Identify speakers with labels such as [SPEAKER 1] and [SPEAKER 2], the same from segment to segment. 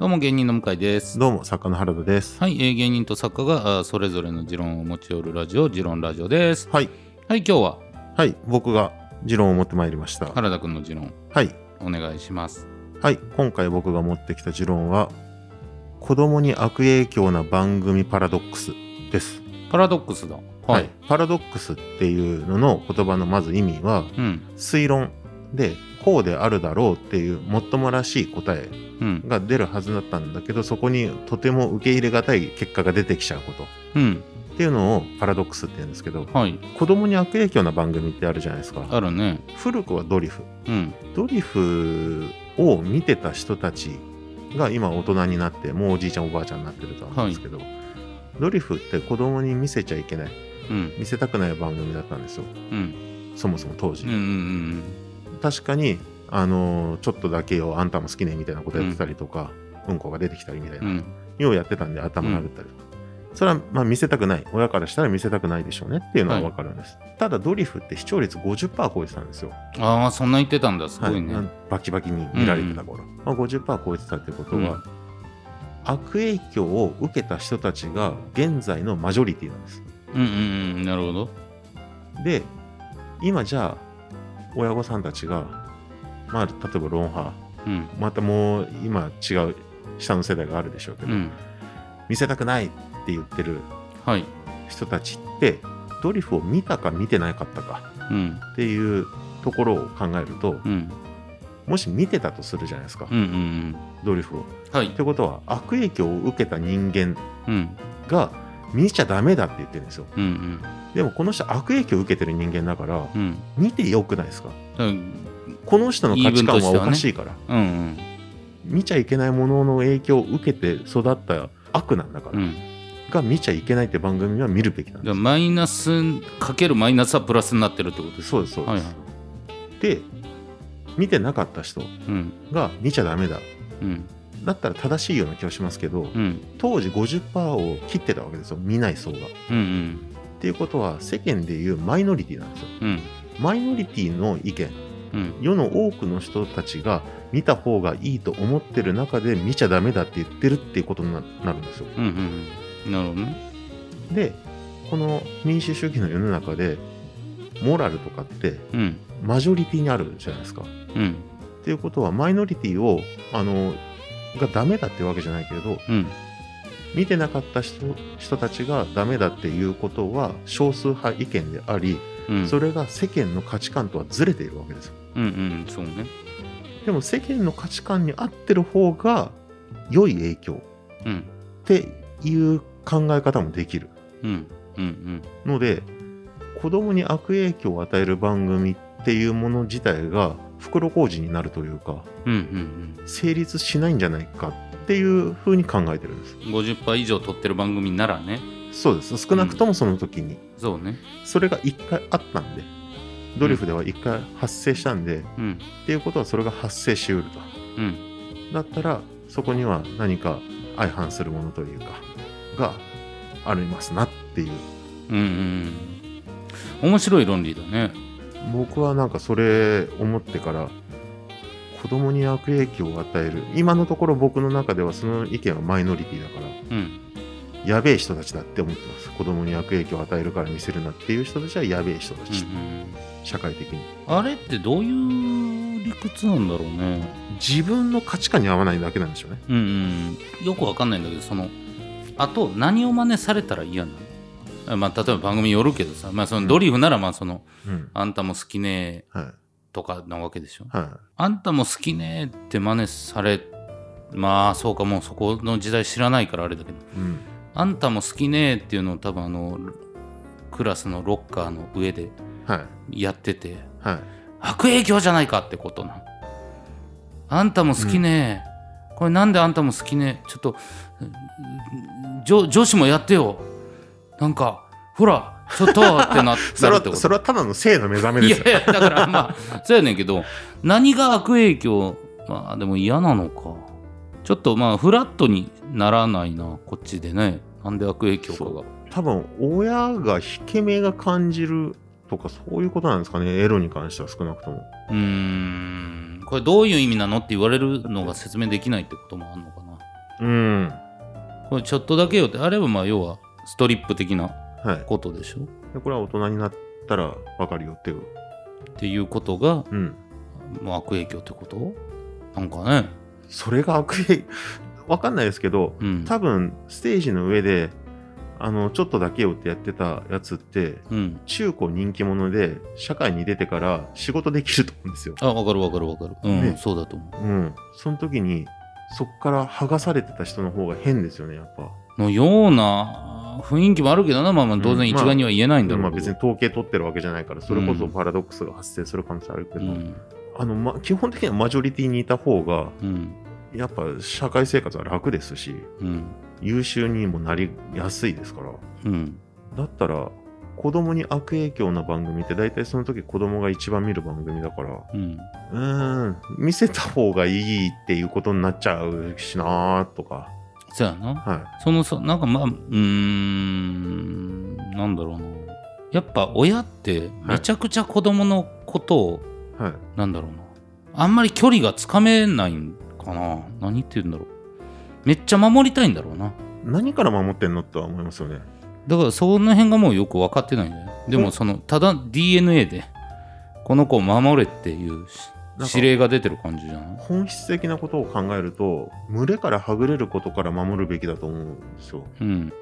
[SPEAKER 1] どうも芸人の向井です。
[SPEAKER 2] どうも、作家の原田です。
[SPEAKER 1] はい、えー芸人と作家があーそれぞれの持論を持ち寄るラジオ、持論ラジオです。
[SPEAKER 2] はい。
[SPEAKER 1] はい、今日は
[SPEAKER 2] はい。僕が持論を持ってまいりました。
[SPEAKER 1] 原田くんの持論
[SPEAKER 2] はい。
[SPEAKER 1] お願いします。
[SPEAKER 2] はい。今回僕が持ってきた持論は、子供に悪影響な番組パラドックスです。
[SPEAKER 1] パラドックスだ。はい。
[SPEAKER 2] パラドックスっていうのの言葉のまず意味は、
[SPEAKER 1] うん。
[SPEAKER 2] 推論で、こうであるだろうっていう、もっともらしい答え
[SPEAKER 1] うん。
[SPEAKER 2] が出るはずだったんだけど、そこにとても受け入れがたい結果が出てきちゃうこと。
[SPEAKER 1] うん。
[SPEAKER 2] っていうのをパラドックスって言うんですけど、
[SPEAKER 1] はい。
[SPEAKER 2] 子供に悪影響な番組ってあるじゃないですか。
[SPEAKER 1] あるね。
[SPEAKER 2] 古くはドリフ。
[SPEAKER 1] うん。
[SPEAKER 2] ドリフを見てた人たちが今大人になってもうおじいちゃんおばあちゃんになってるとは思うんですけど、ドリフって子供に見せちゃいけない
[SPEAKER 1] うん。
[SPEAKER 2] 見せたくない番組だったんですよ
[SPEAKER 1] うん。
[SPEAKER 2] そもそも当時、
[SPEAKER 1] うん。うん。
[SPEAKER 2] 確かにあのーちょっとだけよあんたも好きねみたいなことやってたりとか、うん、こが出てきたりみたい
[SPEAKER 1] うん。う。
[SPEAKER 2] なんようやってたんで頭殴ったりとか、それはまあ見せたくない親からしたら見せたくないでしょうねっていうのは分かるんです、ただドリフって視聴率50%超えてたんですよ
[SPEAKER 1] ああ、そんな言ってたんだ。すごいね。
[SPEAKER 2] はい、バキバキに見られてた頃、まあ、50%超えてたってことは、
[SPEAKER 1] うん
[SPEAKER 2] 悪影響を受けた人たちが現在のマジョリティなんです
[SPEAKER 1] うんうんうん。なるほど。
[SPEAKER 2] で今じゃあ親御さんたちが、まあ、例えばロンハ
[SPEAKER 1] うん。
[SPEAKER 2] ーまたもう今違う下の世代があるでしょうけ
[SPEAKER 1] う
[SPEAKER 2] ど、
[SPEAKER 1] ん。
[SPEAKER 2] 見せたくないって言ってる
[SPEAKER 1] はい。
[SPEAKER 2] 人たちってドリフを見たか見てなかったか
[SPEAKER 1] うん。
[SPEAKER 2] っていうところを考えると
[SPEAKER 1] うん。
[SPEAKER 2] もし見てたとするじゃないですか、
[SPEAKER 1] うんうんうん。
[SPEAKER 2] ドリフを。
[SPEAKER 1] はい
[SPEAKER 2] っ。てことは悪影響を受けた人間
[SPEAKER 1] うん。
[SPEAKER 2] が見ちゃダメだって言ってるんですよ
[SPEAKER 1] うんうん。
[SPEAKER 2] でもこの人悪影響を受けてる人間だから
[SPEAKER 1] うん。
[SPEAKER 2] 見てよくないですか
[SPEAKER 1] うん。
[SPEAKER 2] この人の価値観
[SPEAKER 1] 言い分と
[SPEAKER 2] は
[SPEAKER 1] して
[SPEAKER 2] お
[SPEAKER 1] はね
[SPEAKER 2] かしいから、
[SPEAKER 1] うんうん。
[SPEAKER 2] 見ちゃいけないものの影響を受けて育った悪なんだから、
[SPEAKER 1] うん。
[SPEAKER 2] が見ちゃいけないって番組は見るべきなん
[SPEAKER 1] じ
[SPEAKER 2] で
[SPEAKER 1] ゃあ
[SPEAKER 2] す
[SPEAKER 1] マイナスかけるマイナスはプラスになってるってことです
[SPEAKER 2] そうですそう
[SPEAKER 1] はいは
[SPEAKER 2] です、
[SPEAKER 1] い
[SPEAKER 2] で見てなかった人
[SPEAKER 1] うん
[SPEAKER 2] が見ちゃダメだ
[SPEAKER 1] うん
[SPEAKER 2] だったら正しいような気はしますけど
[SPEAKER 1] うん
[SPEAKER 2] 当時50%を切ってたわけですよ見ない層がっ
[SPEAKER 1] うんうん
[SPEAKER 2] ていうことは世間でいうマイノリティなんですよ
[SPEAKER 1] うん
[SPEAKER 2] マイノリティの意見
[SPEAKER 1] うん
[SPEAKER 2] 世の多くの人たちが見た方がいいと思ってる中で見ちゃダメだって言ってるっていうことにななるんですよ。
[SPEAKER 1] うんうんうんなるほどね
[SPEAKER 2] でこの民主主義の世の中でモラルとかって
[SPEAKER 1] うん
[SPEAKER 2] マジョリティにあるじゃないですか。っ
[SPEAKER 1] うん
[SPEAKER 2] ていうことはマイノリティをあのがダメだってわけじゃないけれど
[SPEAKER 1] うん
[SPEAKER 2] 見てなかった人人たちがダメだっていうことは少数派意見であり
[SPEAKER 1] うん
[SPEAKER 2] それが世間の価値観とはずれているわけですよ。
[SPEAKER 1] うんうんそうね
[SPEAKER 2] でも世間の価値観に合ってる方が良い影響
[SPEAKER 1] うん
[SPEAKER 2] っていう考え方もできる
[SPEAKER 1] うんうん
[SPEAKER 2] ので子供に悪影響を与える番組っていうもの自体が袋小路になるというか
[SPEAKER 1] うんうん
[SPEAKER 2] 成立しないんじゃないかっていうふうに考えてるんです
[SPEAKER 1] うん50杯以上取ってる番組ならね
[SPEAKER 2] そうです少なくともその時に、
[SPEAKER 1] そうね
[SPEAKER 2] それが1回あったんでドリフでは1回発生したんで、っ
[SPEAKER 1] うん
[SPEAKER 2] ていうことはそれが発生しうると
[SPEAKER 1] うん
[SPEAKER 2] だったらそこには何か相反するものというかがありますなっていう
[SPEAKER 1] うんうんうん面白い論理だね
[SPEAKER 2] 僕はなんかそれ思ってから子供に悪影響を与える今のところ僕の中ではその意見はマイノリティだから
[SPEAKER 1] うん
[SPEAKER 2] やべえ人たちだって思ってます子供に悪影響を与えるから見せるなっていう人たちはやべえ人た
[SPEAKER 1] うんう
[SPEAKER 2] ち、
[SPEAKER 1] ん
[SPEAKER 2] 社会的に
[SPEAKER 1] あれってどういう理屈なんだろうね
[SPEAKER 2] 自分の価値観に合わないだけなんでしょうね
[SPEAKER 1] うんうん、よくわかんないんだけどそのあと何を真似されたら嫌なの、まあ、例えば番組によるけどさ、まあ、そのドリフならまあその、
[SPEAKER 2] うん
[SPEAKER 1] あんたも好きねえ
[SPEAKER 2] はい
[SPEAKER 1] とかなわけでしょ
[SPEAKER 2] は
[SPEAKER 1] あんたも好きねえって真似されまあそうかもうそこの時代知らないからあれだけど
[SPEAKER 2] い、うん、
[SPEAKER 1] あんたも好きねえっていうのを多分あのクラスのロッカーの上で
[SPEAKER 2] はい
[SPEAKER 1] やってて
[SPEAKER 2] はい
[SPEAKER 1] 悪影響じゃないかってことなあんたも好きねえ、これなんであんたも好きねえちょっとうん女女子もやってよなんかほらちょっとってなな
[SPEAKER 2] それ
[SPEAKER 1] るってこ
[SPEAKER 2] は
[SPEAKER 1] と
[SPEAKER 2] それはただの性の目覚め
[SPEAKER 1] い
[SPEAKER 2] で
[SPEAKER 1] や
[SPEAKER 2] すよ
[SPEAKER 1] いやだからまあそうやねんけど何が悪影響まあでも嫌なのかちょっとまあフラットにならないなこっちでねなんで悪影響かが
[SPEAKER 2] 多分親が引け目が感じるとかそういうことなんですかねエロに関しては少なくとも
[SPEAKER 1] うーんこれどういう意味なのって言われるのが説明できないってこともあるのかな
[SPEAKER 2] うん。
[SPEAKER 1] これちょっとだけよってあればまあ要はストリップ的な
[SPEAKER 2] はい。
[SPEAKER 1] ことでしょ
[SPEAKER 2] でこれは大人になったらわかるよっていう。
[SPEAKER 1] っていうことが
[SPEAKER 2] うん。
[SPEAKER 1] もう悪影響ってことなんかね
[SPEAKER 2] それが悪影、 わかんないですけど、
[SPEAKER 1] うん
[SPEAKER 2] 多分ステージの上で、あの、ちょっとだけよってやってたやつって、
[SPEAKER 1] うん
[SPEAKER 2] 中高人気者で社会に出てから仕事できると思うんですよ。
[SPEAKER 1] あわかるわかるわかるうん、
[SPEAKER 2] ね
[SPEAKER 1] そうだと思
[SPEAKER 2] うん。その時に、そっから剥がされてた人の方が変ですよね、やっぱ。
[SPEAKER 1] うのような雰囲気もあるけどなまあまあ当
[SPEAKER 2] うん
[SPEAKER 1] 然一概には言えないんだろ
[SPEAKER 2] まあ
[SPEAKER 1] うけ
[SPEAKER 2] 別
[SPEAKER 1] ど、
[SPEAKER 2] に統計取ってるわけじゃないから、それこ
[SPEAKER 1] う
[SPEAKER 2] そ
[SPEAKER 1] ん
[SPEAKER 2] パラドックスが発生する可能性あるけ
[SPEAKER 1] う
[SPEAKER 2] ど、
[SPEAKER 1] ん
[SPEAKER 2] あの、ま、基本的にはマジョリティにいた方が、
[SPEAKER 1] うん
[SPEAKER 2] やっぱ社会生活は楽ですし、
[SPEAKER 1] うん
[SPEAKER 2] 優秀にもなりやすいですから。
[SPEAKER 1] うん
[SPEAKER 2] だったら、子供に悪影響な番組って大体その時子供が一番見る番組だから、
[SPEAKER 1] うん
[SPEAKER 2] うーん、見せた方がいいっていうことになっちゃうしなーとか、
[SPEAKER 1] そうやな
[SPEAKER 2] は
[SPEAKER 1] そのさなんかまあうーんなんだろうなやっぱ親ってめちゃくちゃ子供のことを、
[SPEAKER 2] い、はい。
[SPEAKER 1] なんだろうなあんまり距離がつかめないんかな何言って言うんだろうめっちゃ守りたいんだろうな
[SPEAKER 2] 何から守ってんのとは思いますよね。
[SPEAKER 1] だからその辺がもうよく分かってないんだよねで
[SPEAKER 2] う
[SPEAKER 1] も
[SPEAKER 2] ん
[SPEAKER 1] そのただ DNA でこの子を守れっていうし
[SPEAKER 2] なんか
[SPEAKER 1] 指令が出てる感じじゃない
[SPEAKER 2] 本質的なことを考えると、群れからはぐれることから守るべきだと思うんですよ。
[SPEAKER 1] うん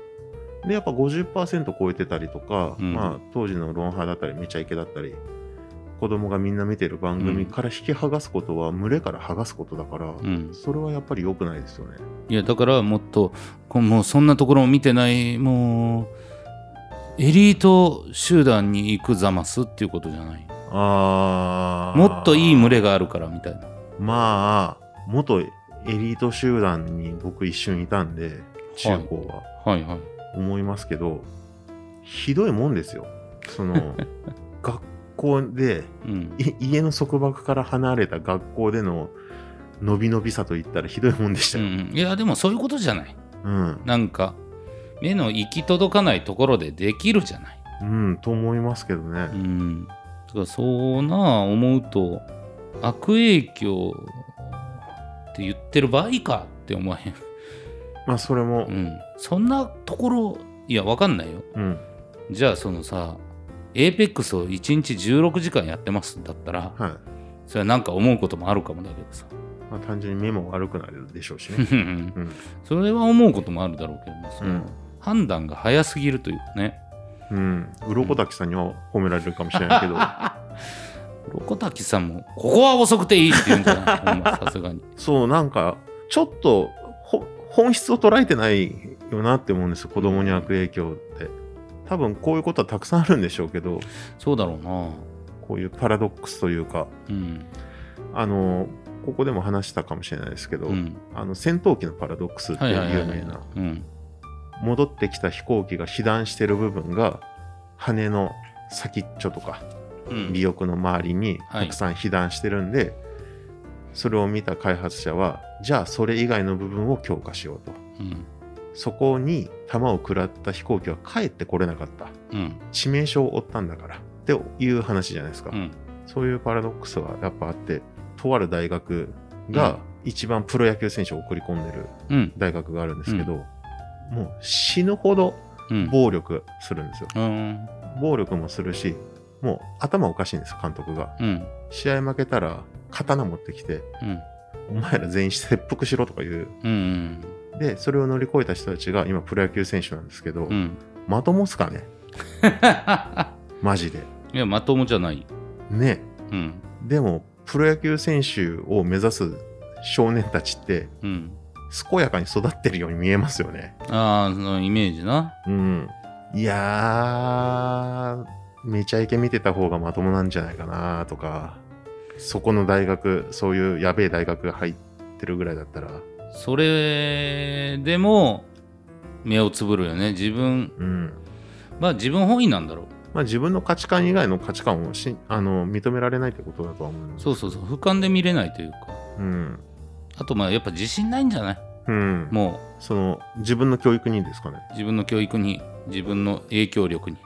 [SPEAKER 2] で、やっぱ50%超えてたりとか、
[SPEAKER 1] うん
[SPEAKER 2] まあ当時のロンハーだったり、めちゃイケだったり、子供がみんな見てる番組から引き剥がすことは、群れから剥がすことだか
[SPEAKER 1] う
[SPEAKER 2] ら、
[SPEAKER 1] ん
[SPEAKER 2] それはやっぱり良くないですよね。
[SPEAKER 1] いやだからもっとこうもうそんなところも見てないもうエリート集団に行くざますっていうことじゃない
[SPEAKER 2] あー
[SPEAKER 1] もっといい群れがあるからみたいな
[SPEAKER 2] まあ、元エリート集団に僕一瞬いたんで、中高は
[SPEAKER 1] はいはい
[SPEAKER 2] 思いますけど、ひどいもんですよ。そ の、学校で、
[SPEAKER 1] うん
[SPEAKER 2] い家の束縛から離れた学校での伸び伸びさといったらひどいもんでし
[SPEAKER 1] う
[SPEAKER 2] たよ。
[SPEAKER 1] ん、いやでもそういうことじゃない
[SPEAKER 2] うん、
[SPEAKER 1] なんか目の行き届かないところでできるじゃない。
[SPEAKER 2] うん、と思いますけど
[SPEAKER 1] う
[SPEAKER 2] ね。
[SPEAKER 1] ん、だからそうなあ思うと悪影響って言ってる場合かって思わへん。
[SPEAKER 2] まあ、それも
[SPEAKER 1] う、ん、そんなところいやわかんないよ。
[SPEAKER 2] うん、
[SPEAKER 1] じゃあそのさ APEX を1日16時間やってますだったら
[SPEAKER 2] はい。
[SPEAKER 1] それはなんか思うこともあるかもだけどさ
[SPEAKER 2] まあ、単純に目も悪くなるでしょうしね。
[SPEAKER 1] うん
[SPEAKER 2] うん、
[SPEAKER 1] それは思うこともあるだろうけどもそうの
[SPEAKER 2] ん、
[SPEAKER 1] 判断が早すぎるというかね
[SPEAKER 2] うん、鱗滝さんには褒められるかもしれないけど。
[SPEAKER 1] ロタキさんも、ここは遅くていいって言うんじゃないほんまさすがに。
[SPEAKER 2] そう、なんか、ちょっとほ本質を捉えてないよなって思うんですよ、子供に悪影響って。多分こういうことはたくさんあるんでしょうけど、
[SPEAKER 1] そうだろうな。
[SPEAKER 2] こういうパラドックスというか、
[SPEAKER 1] うん。
[SPEAKER 2] あの、ここでも話したかもしれないですけど、
[SPEAKER 1] うん。
[SPEAKER 2] あの戦闘機のパラドックスって
[SPEAKER 1] はいいうはいはい
[SPEAKER 2] 有
[SPEAKER 1] はい。
[SPEAKER 2] 名な、
[SPEAKER 1] うん。
[SPEAKER 2] 戻ってきた飛行機が被弾してる部分が、羽の先っちょとか、
[SPEAKER 1] うん。
[SPEAKER 2] 尾翼の周りに
[SPEAKER 1] はい
[SPEAKER 2] たくさん被弾してるんで、それを見た開発者は、じゃあそれ以外の部分を強化しようと。
[SPEAKER 1] うん。
[SPEAKER 2] そこに弾を食らった飛行機は帰ってこれなかった。
[SPEAKER 1] うん。
[SPEAKER 2] 致命傷を負ったんだから。っていう話じゃないですか。
[SPEAKER 1] うん。
[SPEAKER 2] そういうパラドックスはやっぱあって、とある大学が一番プロ野球選手を送り込んでる
[SPEAKER 1] うん。
[SPEAKER 2] 大学があるんですけど、もう死ぬほど
[SPEAKER 1] うん。
[SPEAKER 2] 暴力するんですよ。
[SPEAKER 1] うん。
[SPEAKER 2] 暴力もするし、もう頭おかしいんです、監督が。
[SPEAKER 1] うん。
[SPEAKER 2] 試合負けたら刀持ってきて、
[SPEAKER 1] うん。
[SPEAKER 2] お前ら全員切腹しろとか言う。
[SPEAKER 1] うん。
[SPEAKER 2] で、それを乗り越えた人たちが今プロ野球選手なんですけど、
[SPEAKER 1] うん。
[SPEAKER 2] まともっすかねマジで。
[SPEAKER 1] いや、まともじゃない。
[SPEAKER 2] ね。
[SPEAKER 1] うん。
[SPEAKER 2] でも、プロ野球選手を目指す少年たちって、
[SPEAKER 1] うん。
[SPEAKER 2] 健やかに育ってるように見えますよね。
[SPEAKER 1] ああ、そのイメージな。
[SPEAKER 2] うん。いやー、めちゃイケ見てた方がまともなんじゃないかなとか、そこの大学、そういうやべえ大学が入ってるぐらいだったら、
[SPEAKER 1] それでも、目をつぶるよね。自分、
[SPEAKER 2] うん。
[SPEAKER 1] まあ自分本位なんだろう。
[SPEAKER 2] まあ自分の価値観以外の価値観をしあの認められないってことだとは思うんです。
[SPEAKER 1] そうそうそう。俯瞰で見れないというか。
[SPEAKER 2] うん。
[SPEAKER 1] あと、まあやっぱ自信ないんじゃない
[SPEAKER 2] うん。
[SPEAKER 1] もう。
[SPEAKER 2] その、自分の教育にですかね。
[SPEAKER 1] 自分の教育に自分の影響力に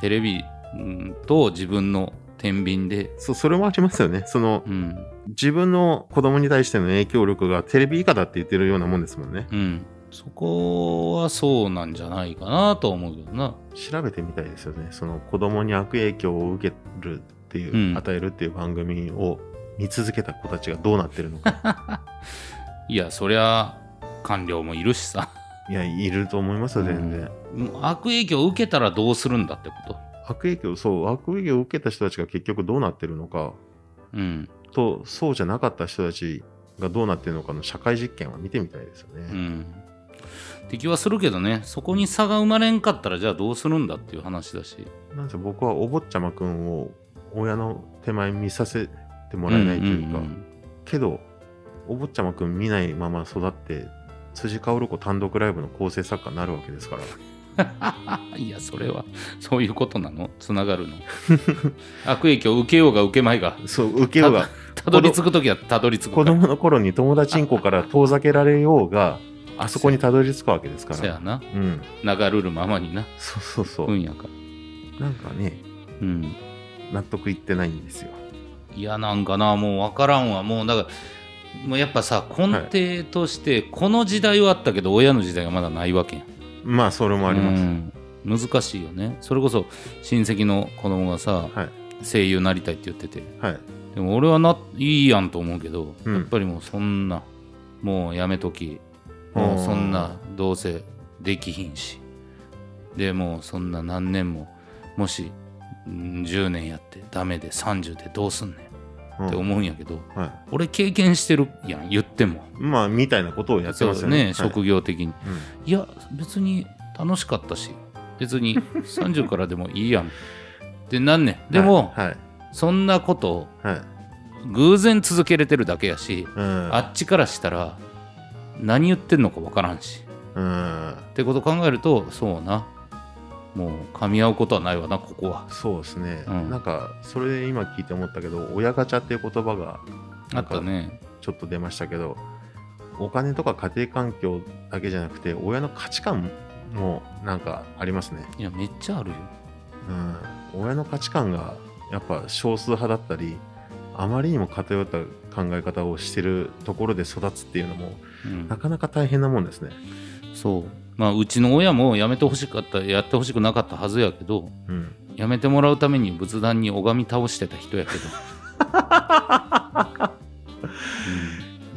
[SPEAKER 1] テレビうんと自分の天秤で、
[SPEAKER 2] そそれもありますよね。その
[SPEAKER 1] うん
[SPEAKER 2] 自分の子供に対しての影響力がテレビ以下だって言ってるようなもんですもんね。
[SPEAKER 1] うん、そこはそうなんじゃないかなとは思うけどな。
[SPEAKER 2] 調べてみたいですよね。その子供に悪影響を受けるっていう、
[SPEAKER 1] うん
[SPEAKER 2] 与えるっていう番組を見続けた子たちがどうなってるの か。
[SPEAKER 1] いやそりゃ官僚もいるしさ
[SPEAKER 2] いや、いると思いますよ、全然。
[SPEAKER 1] もう悪影響を受けたらどうするんだってこと。
[SPEAKER 2] 悪影響、そう、悪影響を受けた人たちが結局どうなってるのか
[SPEAKER 1] うん
[SPEAKER 2] と、そうじゃなかった人たちがどうなってるのかの社会実験は見てみたいですよね。
[SPEAKER 1] うん、って気はするけどねそこに差が生まれんかったらじゃあどうするんだっていう話だし。
[SPEAKER 2] なんせ僕はお坊ちゃまくんを親の手前に見させてもらえないというか、
[SPEAKER 1] んんん
[SPEAKER 2] けどお坊ちゃまくん見ないまま育って辻薫子単独ライブの構成作家になるわけですから
[SPEAKER 1] いやそれはそういうことなのつながるの 悪影響を受けようが受けまいが
[SPEAKER 2] そう受けようが
[SPEAKER 1] たどり着く時はたどり着く
[SPEAKER 2] 子
[SPEAKER 1] から
[SPEAKER 2] 供の頃に友達んこから遠ざけられようがあそこにたどり着くわけですか
[SPEAKER 1] そや
[SPEAKER 2] ら
[SPEAKER 1] な
[SPEAKER 2] うん
[SPEAKER 1] 流るるままにな
[SPEAKER 2] そうそうそう、
[SPEAKER 1] 分やから
[SPEAKER 2] なんかね
[SPEAKER 1] うん
[SPEAKER 2] 納得いってないんですよ
[SPEAKER 1] いやなんかなもう分からんわもうだからもうやっぱさ根底としてこの時代はあったけど親の時代がまだないわけやん
[SPEAKER 2] まあそれもあります、
[SPEAKER 1] うん難しいよねそれこそ親戚の子供がさ、
[SPEAKER 2] はい
[SPEAKER 1] 声優なりたいって言ってて
[SPEAKER 2] はい
[SPEAKER 1] でも俺はないいやんと思うけど、
[SPEAKER 2] うん
[SPEAKER 1] やっぱりもうそんなもうやめときもうそんなどうせできひんしでもうそんな何年ももしうん10年やってダメで30でどうすんね
[SPEAKER 2] うん
[SPEAKER 1] んって思うんやけど、
[SPEAKER 2] はい、
[SPEAKER 1] 俺経験してるやん言っても
[SPEAKER 2] まあみたいなことをやってますよ
[SPEAKER 1] そうね
[SPEAKER 2] ねはい
[SPEAKER 1] 職業的に
[SPEAKER 2] うん
[SPEAKER 1] いや別に楽しかったし別に30からでもいいやんってなんねんでも、
[SPEAKER 2] はい
[SPEAKER 1] そんなことを
[SPEAKER 2] はい、はい
[SPEAKER 1] 偶然続けれてるだけやし、
[SPEAKER 2] うん
[SPEAKER 1] あっちからしたら何言ってんのか分からんし
[SPEAKER 2] うん
[SPEAKER 1] ってこと考えるとそうなもう噛み合うことはないわなここは
[SPEAKER 2] そうですね、
[SPEAKER 1] うん
[SPEAKER 2] なんかそれで今聞いて思ったけど親ガチャっていう言葉が
[SPEAKER 1] あったね
[SPEAKER 2] ちょっと出ましたけどお金とか家庭環境だけじゃなくて親の価値観もなんかありますね、
[SPEAKER 1] いやめっちゃあるよ
[SPEAKER 2] うん、親の価値観がやっぱ少数派だったりあまりにも偏った考え方をしてるところで育つっていうのも
[SPEAKER 1] うん
[SPEAKER 2] なかなか大変なもんですね、
[SPEAKER 1] そうまあうちの親もやめてほしかったやってほしくなかったはずやけど
[SPEAKER 2] うん、
[SPEAKER 1] やめてもらうために仏壇に拝み倒してた人や けど、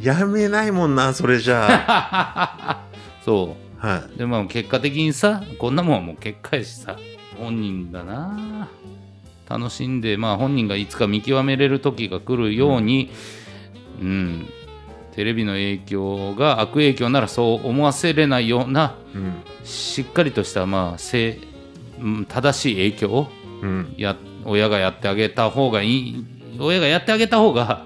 [SPEAKER 2] やめないもんなそれじゃ
[SPEAKER 1] うんそ
[SPEAKER 2] あは
[SPEAKER 1] うでまあ結果的にさこんなもんはもう結果やしさ本人だな楽しんでまあ本人がいつか見極めれる時が来るようにうん、テレビの影響が悪影響ならそう思わせれないようない
[SPEAKER 2] うん
[SPEAKER 1] しっかりとしたまあ正うん正しい影響を
[SPEAKER 2] うん
[SPEAKER 1] や親がやってあげた方がいい親がやってあげた方が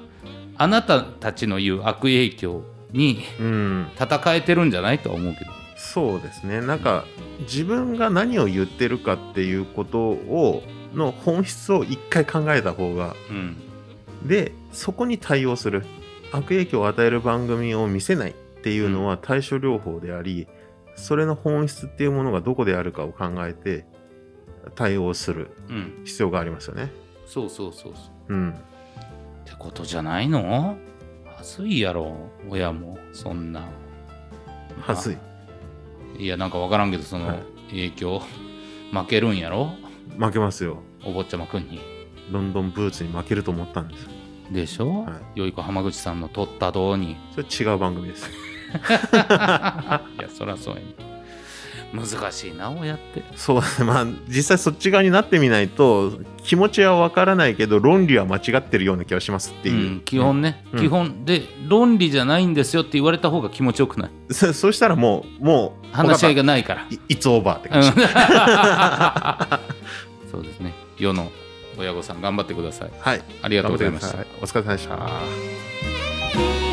[SPEAKER 1] あなたたちの言う悪影響に
[SPEAKER 2] うん
[SPEAKER 1] 戦えてるんじゃないとは思うけど
[SPEAKER 2] そうですねなんか自分が何を言ってるかっていうことをの本質を一回考えた方が
[SPEAKER 1] うん
[SPEAKER 2] でそこに対応する悪影響を与える番組を見せないっていうのは対処療法であり、それの本質っていうものがどこであるかを考えて対応する
[SPEAKER 1] うん
[SPEAKER 2] 必要がありますよね。
[SPEAKER 1] そうそうそうそう
[SPEAKER 2] うん、
[SPEAKER 1] ってことじゃないのはずいやろ親もそんな
[SPEAKER 2] はずい。
[SPEAKER 1] いやなんか分からんけどそ
[SPEAKER 2] はい
[SPEAKER 1] の影響、負けるんやろ
[SPEAKER 2] 負けますよ。
[SPEAKER 1] お坊ちゃまくんに
[SPEAKER 2] ロンドンブーツに負けると思ったんですよ。
[SPEAKER 1] でしょ、
[SPEAKER 2] は
[SPEAKER 1] よいこ浜口さんの取った道に
[SPEAKER 2] それ違う番組です。
[SPEAKER 1] いやそらそうやね難しいな親って
[SPEAKER 2] そうですねまあ実際そっち側になってみないと気持ちはわからないけど論理は間違ってるような気がしますっていう、
[SPEAKER 1] ん、基本ね、
[SPEAKER 2] うん
[SPEAKER 1] 基本で論理じゃないんですよって言われた方が気持ちよくない
[SPEAKER 2] そ そうしたらもうもう
[SPEAKER 1] 話し合い
[SPEAKER 2] が
[SPEAKER 1] がないから
[SPEAKER 2] いつオーバーって
[SPEAKER 1] う
[SPEAKER 2] 感
[SPEAKER 1] ん
[SPEAKER 2] じ、
[SPEAKER 1] そうですね世の親御さん頑張ってください
[SPEAKER 2] はい
[SPEAKER 1] ありがとうございまし
[SPEAKER 2] 頑
[SPEAKER 1] た
[SPEAKER 2] 張ってくださいお疲れ様でした